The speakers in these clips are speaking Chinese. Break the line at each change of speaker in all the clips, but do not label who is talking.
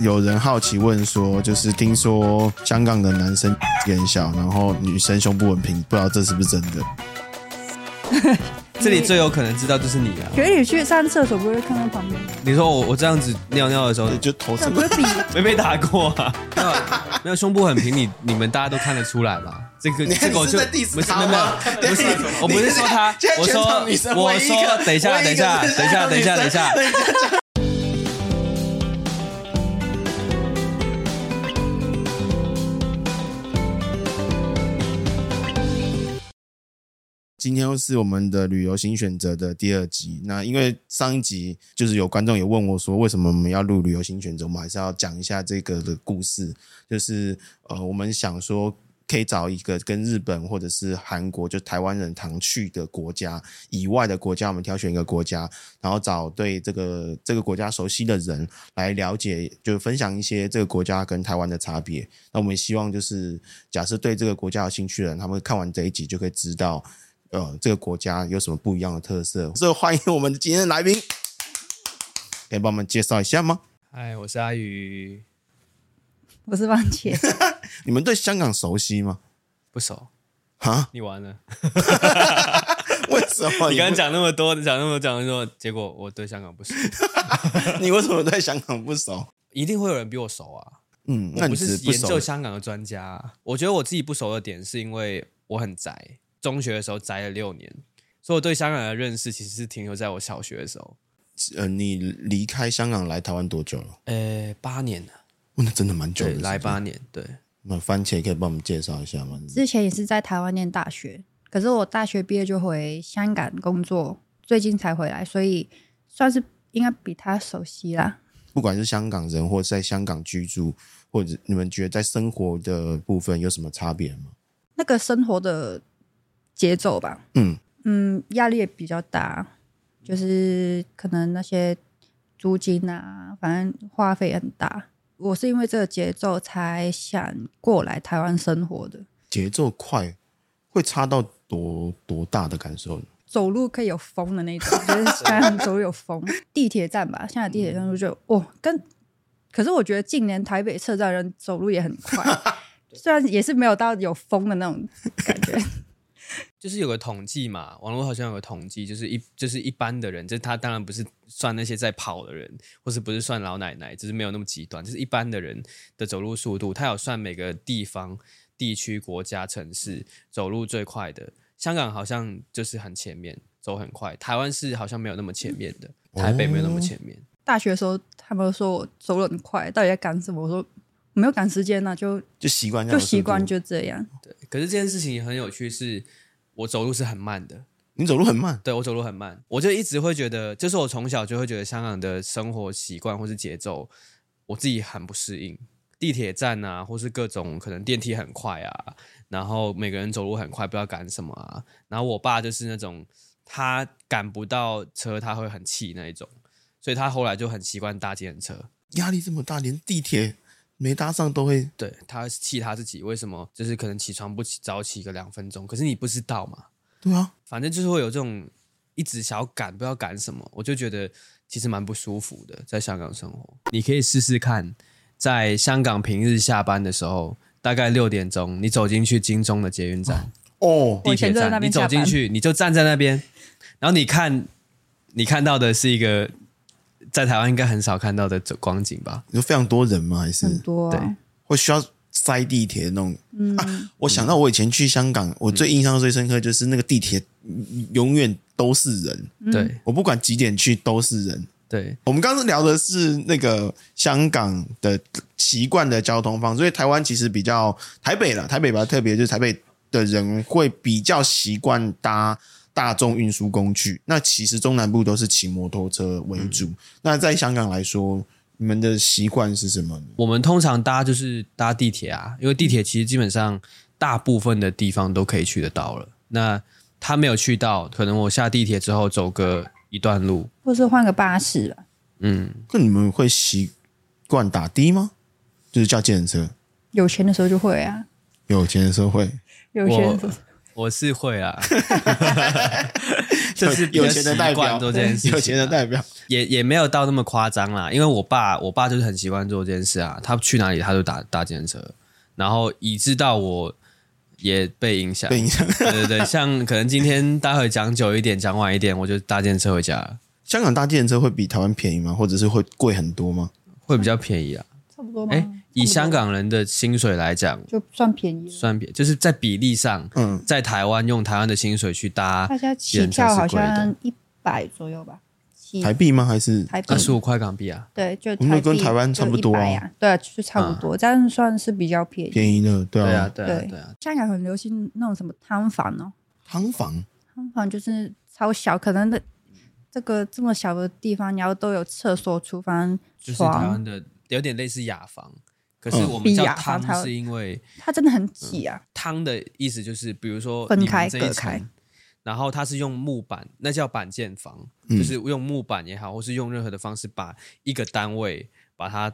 有人好奇问说，就是听说香港的男生也很小，然后女生胸部很平，不知道这是不是真的？
这里最有可能知道就是你啊！
可是你去上厕所不会看到旁边，
你说我我这样子尿尿的时候
就头
那
什
不
么
是？ 比
没被打过啊？没有 没有，胸部很平，你你们大家都看得出来吧？这个
你
这个我
你是
就
在 diss
不是
他
没有没有
吗
不是
啊你
我不是说他
现在，
我
全
说
场女生
我
唯一一个
说等一下
唯
等
一
一
一个
下
是
等一下等一下等一下，
今天又是我们的旅游新选择的第二集。那因为上一集就是有观众也问我说，为什么我们要录旅游新选择？我们还是要讲一下这个的故事。就是呃，我们想说可以找一个跟日本或者是韩国，就台湾人常去的国家以外的国家，我们挑选一个国家，然后找对这个这个国家熟悉的人来了解，就分享一些这个国家跟台湾的差别。那我们希望就是，假设对这个国家有兴趣的人，他们看完这一集就可以知道。呃，这个国家有什么不一样的特色？所以欢迎我们今天的来宾，可以帮我们介绍一下吗？
嗨，哎我是阿宇，
我是番茄，
你们对香港熟悉吗？
不熟，
啊？
你完了。
为什么？
你刚刚讲那么多，你讲那么多，讲那么多，结果我对香港不熟，
你为什么对香港不熟？
一定会有人比我熟啊！
嗯，那
我
你
不
只
是
不
研究
熟
香港的专家啊，我觉得我自己不熟的点是因为我很宅，中学的时候宅了六年，所以我对香港的认识其实是停留在我小学的时候，
呃，你离开香港来台湾多久了？
呃，八年了，
哦那真的蛮久的
对，
时间。
来八年，对，
那番茄可以帮我们介绍一下吗？
之前也是在台湾念大学，可是我大学毕业就回香港工作，最近才回来，所以算是应该比他熟悉啦。
不管是香港人或者在香港居住，或者你们觉得在生活的部分有什么差别吗？
那个生活的节奏吧，
嗯
嗯，压力也比较大，就是可能那些租金啊，反正花费很大。我是因为这个节奏才想过来台湾生活的，
节奏快会差到多多大的感受呢？
走路可以有风的那种， 就是香港走路有 风。地铁站吧，现在地铁站就觉
嗯
得哦，跟可是我觉得近年台北车站人走路也很 快，虽然也是没有到有风的那种感觉。
就是有个统计嘛，网络好像有个统计，就是一就是一般的人，就是他当然不是算那些在跑的人，或是不是算老奶奶，只是没有那么极端，就是一般的人的走路速度，他有算每个地方、地区、国家、城市走路最快的。香港好像就是很前面，走很快；台湾是好像没有那么前面的，台北没有那么前面。
大学的时候，他们说我走路很快，到底在赶什么？我说没有赶时间呢、就
就习惯这样
就
的速
习惯
度
就这样。
对，可是这件事情很有趣是，我走路是很慢的，
你走路很慢，
对我走路很慢，我就一直会觉得，就是我从小就会觉得香港的生活习惯或是节奏，我自己很不适应。地铁站啊，或是各种可能电梯很快啊，然后每个人走路很快，不知道赶什么啊。然后我爸就是那种他赶不到车，他会很气那一种，所以他后来就很习惯搭计程车。
压力这么大，连地铁没搭上都会。
对他气他自己，为什么就是可能起床不起早起个两分钟，可是你不知道嘛，
对啊，
反正就是会有这种一直想要赶，不知道赶什么，我就觉得其实蛮不舒服的，在香港生活。你可以试试看，在香港平日下班的时候，大概六点钟，你走进去金钟的捷运站、
哦，
我
地
以前
铁
就在
站，
那边
你走
下班
进去，你就站在那边，然后你看，你看到的是一个在台湾应该很少看到的光景吧？
有非常多人吗？还
很
是
多、
对
啊，
会需要塞地铁的那种？啊，我想到我以前去香港，我最印象最深刻就是那个地铁嗯永远都是人，
嗯
对
我不管几点去都是人。
对，
我们刚刚聊的是那个香港的习惯的交通方式，所以台湾其实比较台北了，台北比较特别，就是台北的人会比较习惯搭大众运输工具。那其实中南部都是骑摩托车为主。
嗯
那在香港来说，你们的习惯是什么呢？
我们通常搭就是搭地铁啊，因为地铁其实基本上大部分的地方都可以去得到了。那他没有去到，可能我下地铁之后走个一段路，
或是换个巴士啊吧，
嗯，
那你们会习惯打的吗？就是叫计程车，
有钱的时候就会啊，
有钱的时候会。
有钱的时
我
候。
我是会 啊，就是比较
有钱的代
习惯
表
做这件事情啊
有钱的代表，
也也没有到那么夸张啦，因为我爸我爸就是很喜欢做这件事啊，他去哪里他就打搭计程车，然后以致到我也被影响，
被影响。
对对对，像可能今天待会讲久一点，讲晚一点，我就搭计程车回家了，
香港搭计程车会比台湾便宜吗？或者是会贵很多吗？
会比较便宜啊。
差不多吗？
哎、以
差
香
不多
港人的薪水来讲，
就算便宜了。
算比就是在比例上，
嗯，
在台湾用台湾的薪水去搭
大家起
人才
跳
是
好
贵的
像一百左右吧，起
台币吗？还是
台币
二十五块港币啊，
对，就
我们
台
都跟
币
台湾差
就
不多啊
100啊，对啊，就差
嗯
不多，这样算是比较便宜。
便宜的？对
对啊
啊，
对啊
对
对啊，
香港很流行那种什么摊房哦，
汤房
摊房就是超小，可能的这个这么小的地方，然后都有厕所、厨房、
就是台湾
床，
的有点类似雅房，可是
嗯
我们
比
叫
雅
汤
房台湾
是因为。
它真的很挤
嗯
啊，
汤的意思就是，比如说
分
你们
开
这
隔
一
开
层，然后它是用木板，那叫板建房，
嗯
就是用木板也好，或是用任何的方式把一个单位把它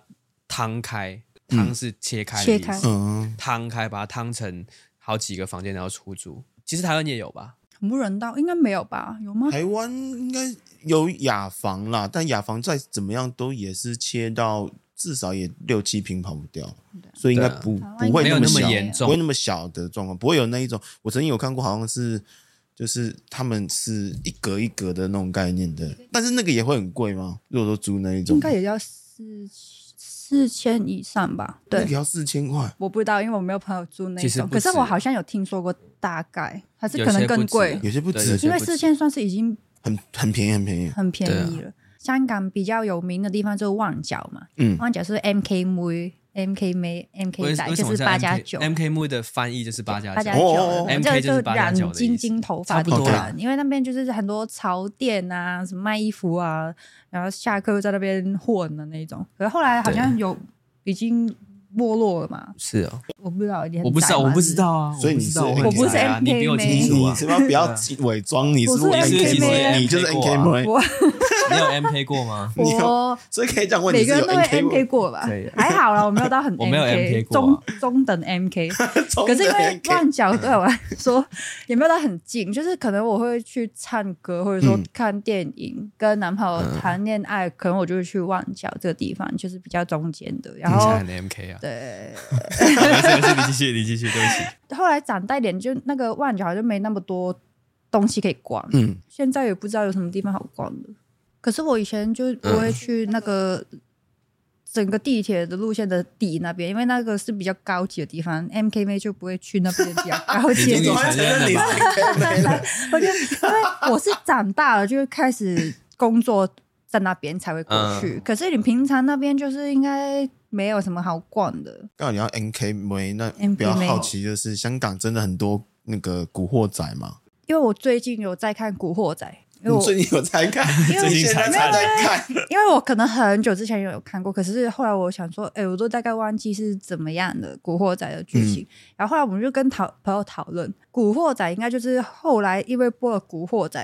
汤开，汤是切开的
嗯切
意思，
开
嗯，
汤开把它汤成好几个房间，然后出租。其实台湾也有吧，
很不人道，应该没有吧？有吗？
嗯台湾应该有雅房啦，但雅房再怎么样都也是切到至少也六七平跑不掉，所以应该
对啊
不
台湾
不会
没有
么
那么
小，
严重
不会那么小的状况，不会有那一种。我曾经有看过，好像是就是他们是一格一格的那种概念的，但是那个也会很贵吗？如果说租那一种，
应该也要四四千以上吧？
那
对
个，要四千块。
我不知道，因为我没有朋友住那
其实
种，
不
可是我
止
好像有听说过，大概还是
有
可能
些不
更
止
贵，
有些不
对
止
有些
因为
不
四
止
千算是已经
很很便宜，很便宜。
很便
对啊
宜了。香港比较有名的地方就是旺角嘛，
嗯
旺角是 M K 妹、M K 妹、M
为
K 仔，
为什
就
么
是
叫
八加九。
M K 木的翻译就是八加
八加
九
九，
哦哦哦
我
MK
这
就是
就
八加
染
九的意思
金金头发
差不多
的
啦
人，因为那边就是很多潮店啊，什么卖衣服啊，然后下课又在那边混的那种。可是后来好像有已经没落了嘛，
是哦，
我不知道，你很
我不知道，
宅吗
我不知。道啊，
所以
我不
你
知
是
道，很
MK
宅啊
我不
你
是
比我
MK
清
你
楚啊
哎你，是不是不要伪装？你是
嗯我是
MK
MK 妹
你就是 MK 妹，
我
你有 M K 过吗？
你有
我
所以可以这样问你
每
是
个
有
人都会
MK
M K
妹
过吧
对？
还好啦，我没有到很
我没有 MK 过啊
中中等 M K。
中
可是因
的
为
MK
乱脚对我来说也没有到很近， 就是可能我会去唱歌，或者说
嗯
看电影，跟男朋友谈恋爱，可能我就会去旺角这个地方，就是比较中间的。然
听起
后
来很 M K 啊，
对，
没事没事，你继续你继续，对不起。
后来长大一点，就那个旺角好像没那么多东西可以逛，
嗯，
现在也不知道有什么地方好逛的。可是我以前就我会去那个。
嗯
整个地铁的路线的底那边，因为那个是比较高级的地方，M K 妹就不会去那边比较高级的
已
地
经
方
我。还承 认你是 MK 妹了，
我就因为我是长大了，就是开始工作在那边才会过
嗯
去。可是你平常那边就是应该没有什么好逛的，
刚好你要 MK 妹，那
MK
比较好奇就是香港真的很多那个古惑仔嘛？因
因为我最近有在看《古惑仔》，因为
你
我
最近有在看，
因为
你现在才在看，
因为我可能很久之前有看过，可是后来我想说，哎、我都大概忘记是怎么样的《古惑仔》的剧
嗯
情。然后后来我们就跟讨朋友讨论，《古惑仔》应该就是后来因为播了《古惑仔》，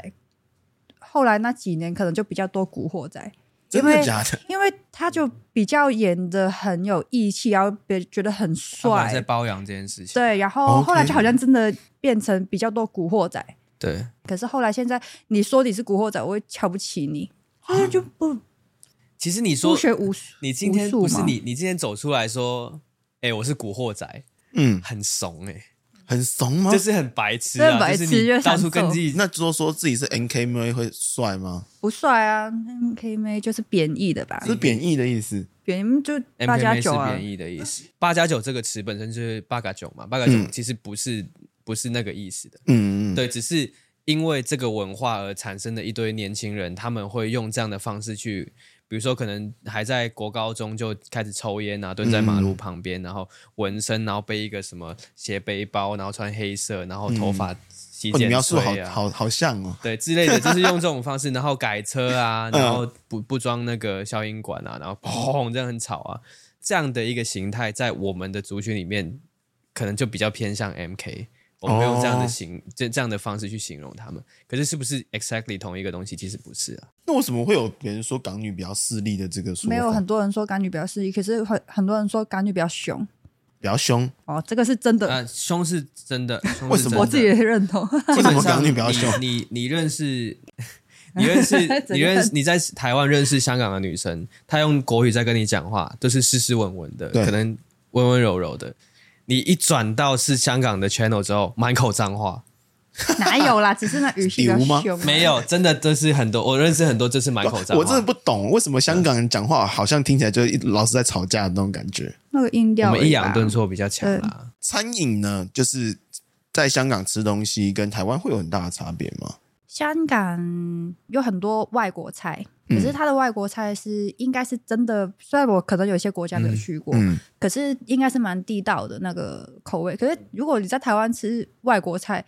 后来那几年可能就比较多《古惑仔》。
真的假的？
因为他就比较演的很有义气，然后别觉得很
他本来在
帅，
包养这件事情。
对，然后
哦 OK
后来就好像真的变成比较多古惑仔。
对，
可是后来现在你说你是古惑仔，我会瞧不起你，就是就不
其实你
不
说
学无术。
你今天
无数
不是
嘛
你，你今天走出来说，哎、我是古惑仔，
嗯，
很怂哎、
很怂吗
就？是很白痴啊，
真的白痴
就是
就
你
是想
到处跟自己
那说说自己是 MK 妹会帅吗？
不帅啊，M K 妹就是贬义的吧？
是贬义的意思。
贬义就
M
八
K
加
M 是
九啊
贬，义的意思。八加九这个词本身就是八嘎囧嘛，八嘎囧
嗯
其实不是、不是那个意思的，
嗯嗯，
对，只是因为这个文化而产生的一堆年轻人，他们会用这样的方式去，比如说可能还在国高中就开始抽烟啊，蹲在马
嗯
路旁边，然后纹身，然后背一个什么斜背包，然后穿黑色，然后头发洗
哦，你
剪
描述好
吹啊。
好好像哦。
对，之类的，就是用这种方式，然后改车啊，然后不不装那个消音管啊，然后砰，这样很吵啊，这样的一个形态，在我们的族群里面，可能就比较偏向 MK，我们会用这样的形这、这样的方式去形容他们。可是是不是 exactly 同一个东西？其实不是啊。
那为什么会有别人说港女比较势利的这个说法？
没有很多人说港女比较势利，可是很很多人说港女比较凶。
比较凶，
哦，这个是真的，
啊，凶是真的，凶是
为什么
真的
我自己也认同。
为什
基本
么
上
港
你
女比较凶？
你你认识，你认识
怎样，
你认识，你在台湾认识香港的女生，她用国语在跟你讲话，都是斯斯文文的，
对
可能温温柔柔的。你一转到是香港的 channel 之后，满口脏话，
哪有啦？只是那语气比较
比如吗
凶。啊
没有，真的都是很多，我认识很多就是满口脏
我
话。
真的不懂为什么香港人讲话好像听起来就一老是在吵架的那种感觉。
那个音调
我
而已吧，
们抑扬顿挫比较强啦。
餐饮呢，就是在香港吃东西跟台湾会有很大的差别吗？
香港有很多外国菜，
嗯
可是它的外国菜是、应该是真的，虽然我可能有些国家没有去过，
嗯，
可是应该是蛮地道的那个口味。可是如果你在台湾吃外国菜，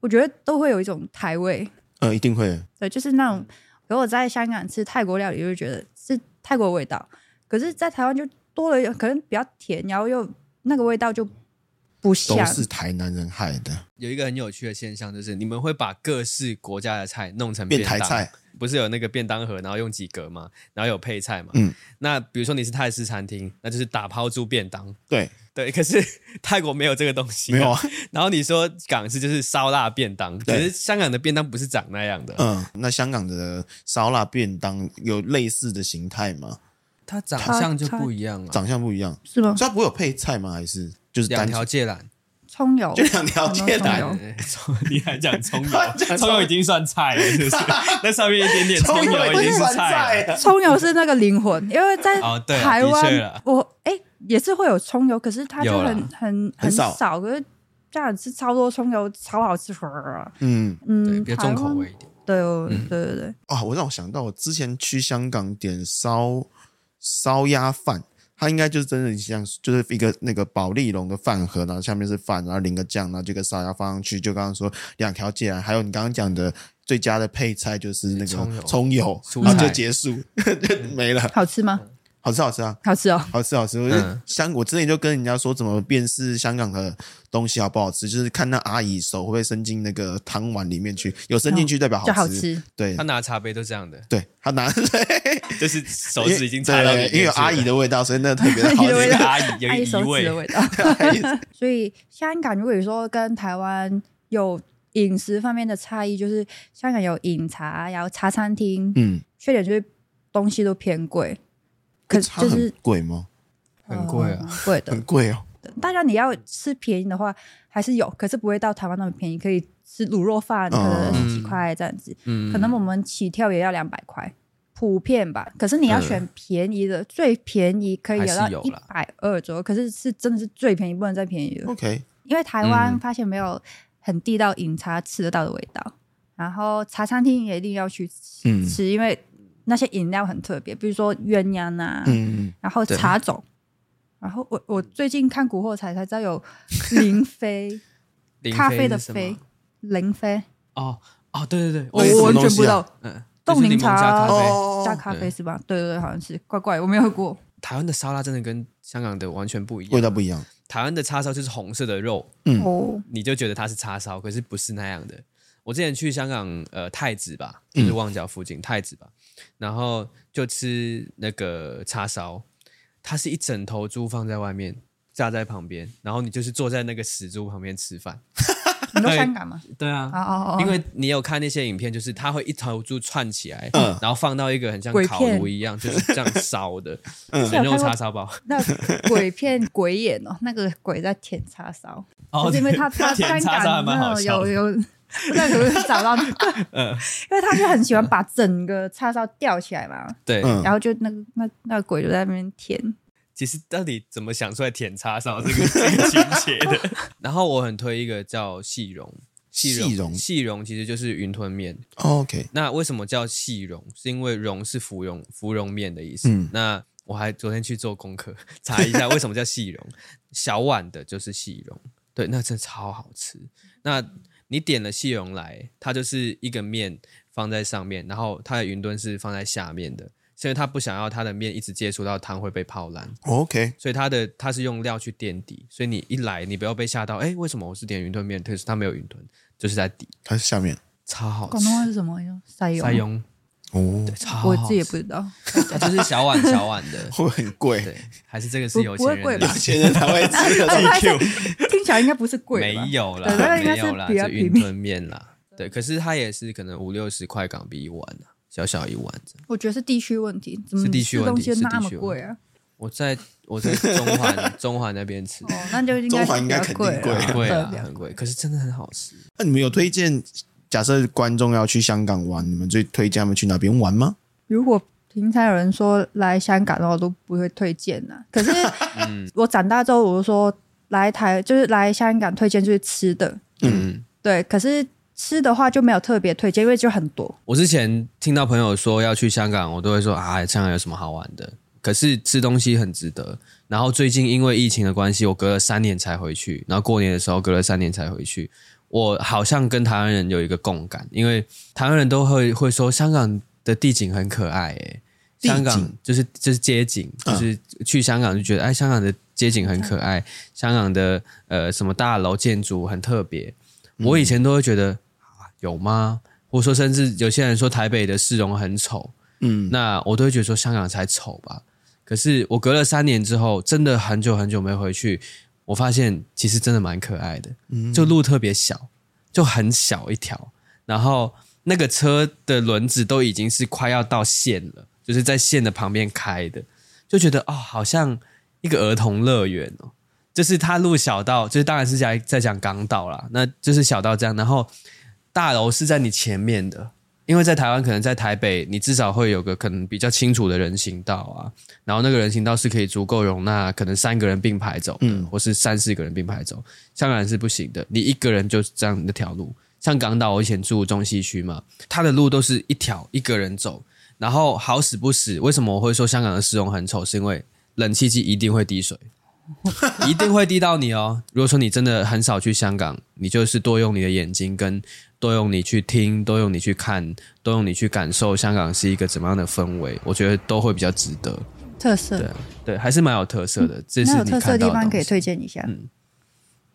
我觉得都会有一种台味，
呃，一定会。
对，就是那
嗯
种。如果在香港吃泰国料理，就会觉得是泰国味道，可是，在台湾就多了一种，可能比较甜，然后又那个味道就
都
不像，
是台南人害的，
有一个很有趣的现象，就是你们会把各式国家的菜弄成
变台
当
菜，
不是有那个便当盒，然后用几格嘛，然后有配菜嘛。
嗯
那比如说你是泰式餐厅，那就是打抛猪便当。
对，
对，可是泰国没有这个东西、
没有啊。，
然后你说港式就是烧腊便当，可
对
是香港的便当不是长那样的，
嗯，那香港的烧腊便当有类似的形态吗？
它长
它
相就不一样了。
长相不一样，
是吗？
所以它不会有配菜吗？还是就是
两
单
条芥兰，
葱油
就两 条芥
葱
兰
油？
葱你还讲葱
他
油，
讲
葱油已经算菜了， 是不是？那上面一点点葱油已经是菜了。
了。
葱油是那个灵魂，因为在
哦对啊
台
的
湾，
确啦
我哎、也是会有葱油，可是它就
有啦
很很
很少
少，可是这样吃超多葱油，超好吃。
嗯，
对，
嗯，
比较重口
台湾
味一嗯点。
对哦，对对对，
啊，我让我想到，我之前去香港点烧烧鸭饭，它应该就是真的像就是一个那个保丽龙的饭盒，然后下面是饭，然后淋个酱，然后这个烧鸭放上去，就刚刚说两条芥兰，还有你刚刚讲的最佳的配菜就是那
葱油
个葱油，
蔬
然后就
菜
结束 就没了，
好吃吗？
好吃好吃啊！
好吃哦，
好吃好吃，我
嗯
就香，我之前就跟人家说怎么辨识香港的东西好不好吃，就是看那阿姨手会不会伸进那个汤碗里面去，有伸进去代表好吃，
哦就好吃。
对
他拿茶杯都这样的，
对，他拿对，
就是 手指已经插到里
对，
面
因为有
去了
阿姨的味道，所以那个特别的好
有
吃。
有一
味
个
道
阿姨，有
爱
一个
手
姨
指
味，
的味道。 所以香港如果你说跟台湾有饮食方面的差异，就是香港有饮茶，然后茶餐厅，
嗯，
缺点就是东西都偏贵，可
它
就
很
是
贵吗？
很贵啊
呃，蛮贵的
很。贵哦，
当然你要吃便宜的话还是有，可是不会到台湾那么便宜，可以吃卤肉饭
嗯
可能几块这样子，
哦嗯
可能我们起跳也要两百块。普遍吧，可是你要选便宜的，最便宜可以有
还
到
是有
一
啦
百二左右，可是是真的是最便宜，不能再便宜了。
OK，
因为台湾
哦嗯
发现没有很地道饮茶吃得到的味道，然后茶餐厅也一定要去吃，
嗯
吃因为那些饮料很特别，比如说鸳鸯啊，
嗯，
然后
对嗯
茶种，然后我我最近看《古惑仔》才知道有 零飞
林
咖啡
是
的
什么
飞，零飞，
哦哦，对对对，
那是什
我
么
完
东
全
西
不
啊
知道。
嗯，
冻
就是
柠
檬加
茶
咖啡。
哦
加咖啡是吧？对对对，好像是，怪怪，我没有过。
台湾的烧腊真的跟香港的完全不一
味
样。
道不一样。
台湾的叉烧就是红色的肉，
嗯
哦，
你就觉得它是叉烧，可是不是那样的。我之前去香港呃太子吧，就是旺角附近、太子吧，然后就吃那个叉烧，它是一整头猪放在外面架在旁边，然后你就是坐在那个死猪旁边吃饭。
你 说
对
香港吗？
对啊
哦，哦哦，
因为你有看那些影片，就是它会一头猪串起来，
嗯
然后放到一个很像
鬼
烤
片
炉一样，就是这样烧的
嗯
水肉叉烧包。
那鬼片鬼眼哦，那个鬼在舔叉烧，
哦
就是因为 他他
甜
香
叉烧还
港
蛮好
那
笑
有
的。嗯
有，不知道有没有找 到那个，因为他就很喜欢把整个叉烧吊起来嘛，
对，
嗯
然，后就那个那那个鬼就在那边舔，
其实到底怎么想出来舔叉烧这个这个情节的？ 然后我很推一个叫细蓉，
细
蓉，
蓉
细蓉其实就是云吞面。
OK，
那为什么叫细蓉？是因为蓉是芙蓉芙蓉面的意思。
嗯
那我还昨天去做功课 查一下为什么叫细蓉，小碗的就是细蓉，对，那真的超好吃。那你点了细蓉来，它就是一个面放在上面，然后它的云吞是放在下面的，是因为它不想要它的面一直接触到汤会被泡烂。
OK，
所以它的它是用料去垫底，所以你一来你不要被吓到，哎，为什么我是点云吞面？可是它没有云吞，就是在底，
它是下面
超好
广
吃
东。话是什么？塞
塞
油，
翁
哦，，
对，超好
我
吃
自己也不知道。
它啊就是小碗小碗的
会很贵，
对，还是这个是有
不不会
钱
贵
人
吧
的
有 钱人才会吃 的 Q，
听起来应该不是贵
没
吧？
有
对那
啦，
个应该
没
是
有啦，
比较
就云
平民
吞面啦。对，可是它也是可能五六十块港币一碗啊，小小一碗这样。
我觉得是地区问题，怎么
是地区
吃
问
东
题
西
是
那
地
么
区问
贵啊？
我在我在中环 中环那边吃，
哦，那就应该
中环
是
应
比
该
较
肯定
贵
贵
了，
很贵
对
啊，
比较
很贵，可是真的很好吃。
那你们有推荐？假设观众要去香港玩，你们最推荐他们去哪边玩吗？
如果平常有人说来香港的话，我都不会推 荐呐。可是
嗯
我长大之后，我就说来台就是来香港推荐就是吃的，
嗯，
对。可是吃的话就没有特别推荐，因为就很多。
我之前听到朋友说要去香港，我都会说啊，香港有什么好玩的？可是吃东西很值得。然后最近因为疫情的关系，我隔了三年才回去，然后过年的时候隔了三年才回去。我好像跟台湾人有一个共感，因为台湾人都会会说香港的地景很可爱、欸，
地景
香港就是就是街景，
嗯
就是去香港就觉得哎，香港的街景很可爱，香港的呃什么大楼建筑很特别。
嗯
我以前都会觉得、啊、有吗？或者说，甚至有些人说台北的市容很丑，
嗯，
那我都会觉得说香港才丑吧。可是我隔了三年之后，真的很久很久没回去，我发现其实真的蛮可爱的，就路特别小，就很小一条，然后那个车的轮子都已经是快要到线了，就是在线的旁边开的，就觉得哦，好像一个儿童乐园哦。就是它路小到，就是当然是在在讲港岛啦，那就是小到这样，然后大楼是在你前面的，因为在台湾，可能在台北，你至少会有个可能比较清楚的人行道啊，然后那个人行道是可以足够容纳可能三个人并排走的，或是三四个人并排走。香港人是不行的，你一个人就是这样那条路。像港岛，我以前住中西区嘛，它的路都是一条一个人走，然后好死不死，为什么我会说香港的市容很丑？是因为冷气机一定会滴水，一定会滴到你哦。如果说你真的很少去香港，你就是多用你的眼睛跟多用你去听，多用你去看，多用你去感受香港是一个怎么样的氛围，我觉得都会比较值得。
特色
对对，还是蛮有特色的。这是
嗯那有
你
特色
看到
地
的
方可以
东西
推荐一
嗯
下，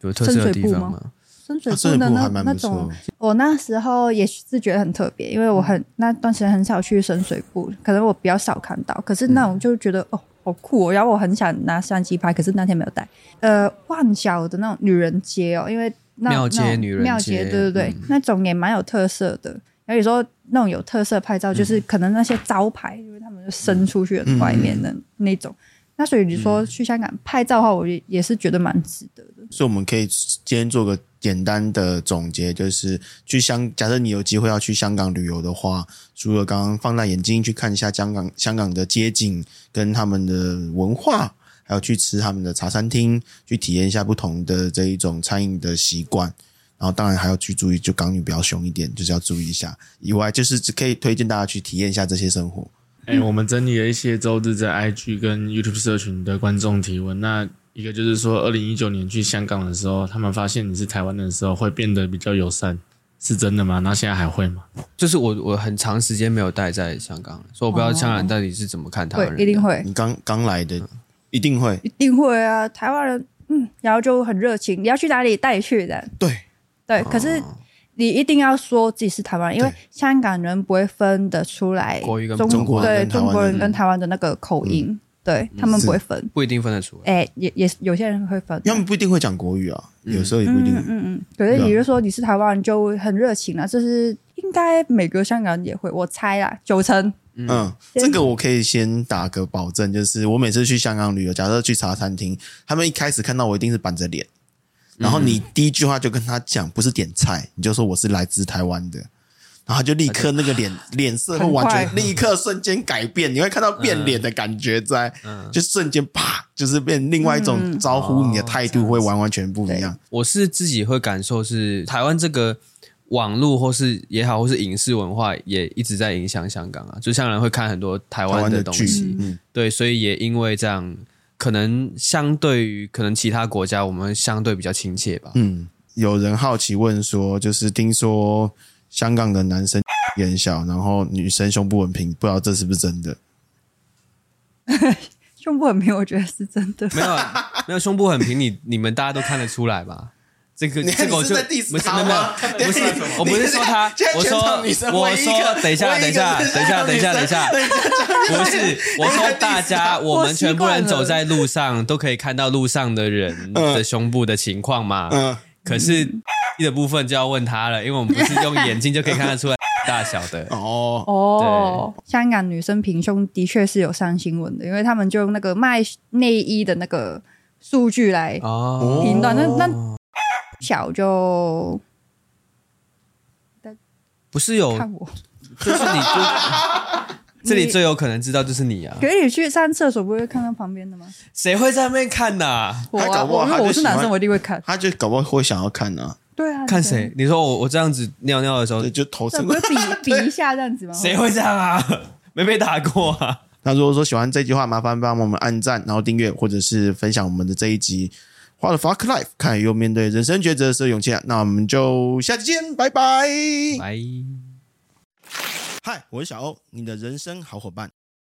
有特色的地
深水
方
埗吗
吗？
深水
啊这
埗的
部还
那
蛮
那
不
种
错。，
我那时候也是觉得很特别，因为我
嗯
很那段时间很少去深水埗，可能我比较少看到。可是那种就觉得、
嗯
哦，好酷哦！然后我很想拿相机拍，可是那天没有带。呃，万晓的那种女人街哦，因为那
庙街
那种
女人街嗯
庙街，对对对，那种也蛮有特色的。然后有时候那种有特色拍照，
嗯
就是可能那些招牌，因为他们就伸出去很外面的、
嗯
那种。那所以你说去香港拍照的话，我也也是觉得蛮值得的。
所以我们可以今天做个简单的总结，就是去香，假设你有机会要去香港旅游的话，除了刚刚放大眼睛去看一下香港香港的街景跟他们的文化，还有去吃他们的茶餐厅，去体验一下不同的这一种餐饮的习惯。然后当然还要去注意，就港女比较凶一点，就是要注意一下。以外，就是只可以推荐大家去体验一下这些生活。
哎、我们整理了一些周日在 IG 跟 YouTube 社群的观众提问。那一个就是说，二零一九年去香港的时候，他们发现你是台湾人的时候，会变得比较友善，是真的吗？那现在还会吗？
就是我我很长时间没有待在香港了，所以我不知道
哦
香港人到底是怎么看台湾
会
人，
一定。会。
你刚刚来的，一定会
一定会啊，台湾人，嗯，然后就很热情，你要去哪里带你去的，
对
对。可是你一定要说自己是台湾人，因为
哦对
香港人不会分得出来
国语跟
中国
对
人跟台湾人嗯
中国人跟台湾的那个口音，对他们不会分。
不一定分得出来，
哎、也也有些人会分，
他们不一定会讲国语啊，有时候也不一定。
嗯嗯嗯。可是你就说你是台湾人，就会很热情啊，这是应该每个香港人也会，我猜啦，九成。
嗯，这个我可以先打个保证，就是我每次去香港旅游，假设去茶餐厅，他们一开始看到我一定是板着脸，然后你第一句话就跟他讲，不是点菜，你就说我是来自台湾的，然后他就立刻那个脸脸色会完全
很快
立刻瞬间改变，你会看到变脸的感觉在，就瞬间啪，就是变另外一种招呼你的态度会完完全不一样。
我是自己会感受是台湾这个网络或是也好，或是影视文化也一直在影响香港啊，就香港人会看很多台
台
湾
湾
的
的
东
剧
西，，
嗯，
对，所以也因为这样，可能相对于可能其他国家，我们相对比较亲切吧。
嗯，有人好奇问说，就是听说香港的男生眼小，然后女生胸部很平，不知道这是不是真的？
胸部很平，我觉得是真的。
啊没有没有，胸部很平，你你们大家都看得出来吧？这个
你
这个我
你
就是
在 diss
没事
他
没有没
吗
有，不是
啊你你
我不是
你
说他
现在，
我
全
说
场女生唯
我
一一个
说等一下
唯
等
一
一
一个
下
是
等一下等一下等一下， 不是我说大家我们全部人走在路上都可以看到路上的人的胸部的情况嘛，
嗯，
可是的部分就要问他了，因为我们不是用眼睛就可以看得出来大小 的。
哦，
哦，香港女生平胸的确是有上新闻的，因为他们就用那个卖内衣的那个数据来
哦
评断，
哦
那那小就
不是有，
看我，
就是你 就这里最有可能知道就是你啊，
可是你去上厕所不会看到旁边的吗？
谁会在那边看呐、
我
他搞
啊，
不好
我
他
如
就
果我是男
喜欢
生，我一定会看。
他就搞不好会想要看啊，
对啊，
看
对
谁？？你说我我这样子尿尿的时候
对，，就头
这
伸
不
过
是
来。
比比一下这样子吗？
谁会这样啊？ 没被打过啊？
那如果说喜欢这句话，麻烦帮我们按赞，然后订阅或者是分享我们的这一集。花了 fuck life，看又面对人生抉择时的勇气啊！那我们就下期见，拜拜。
来。
嗨，我是小欧，你的人生好伙伴。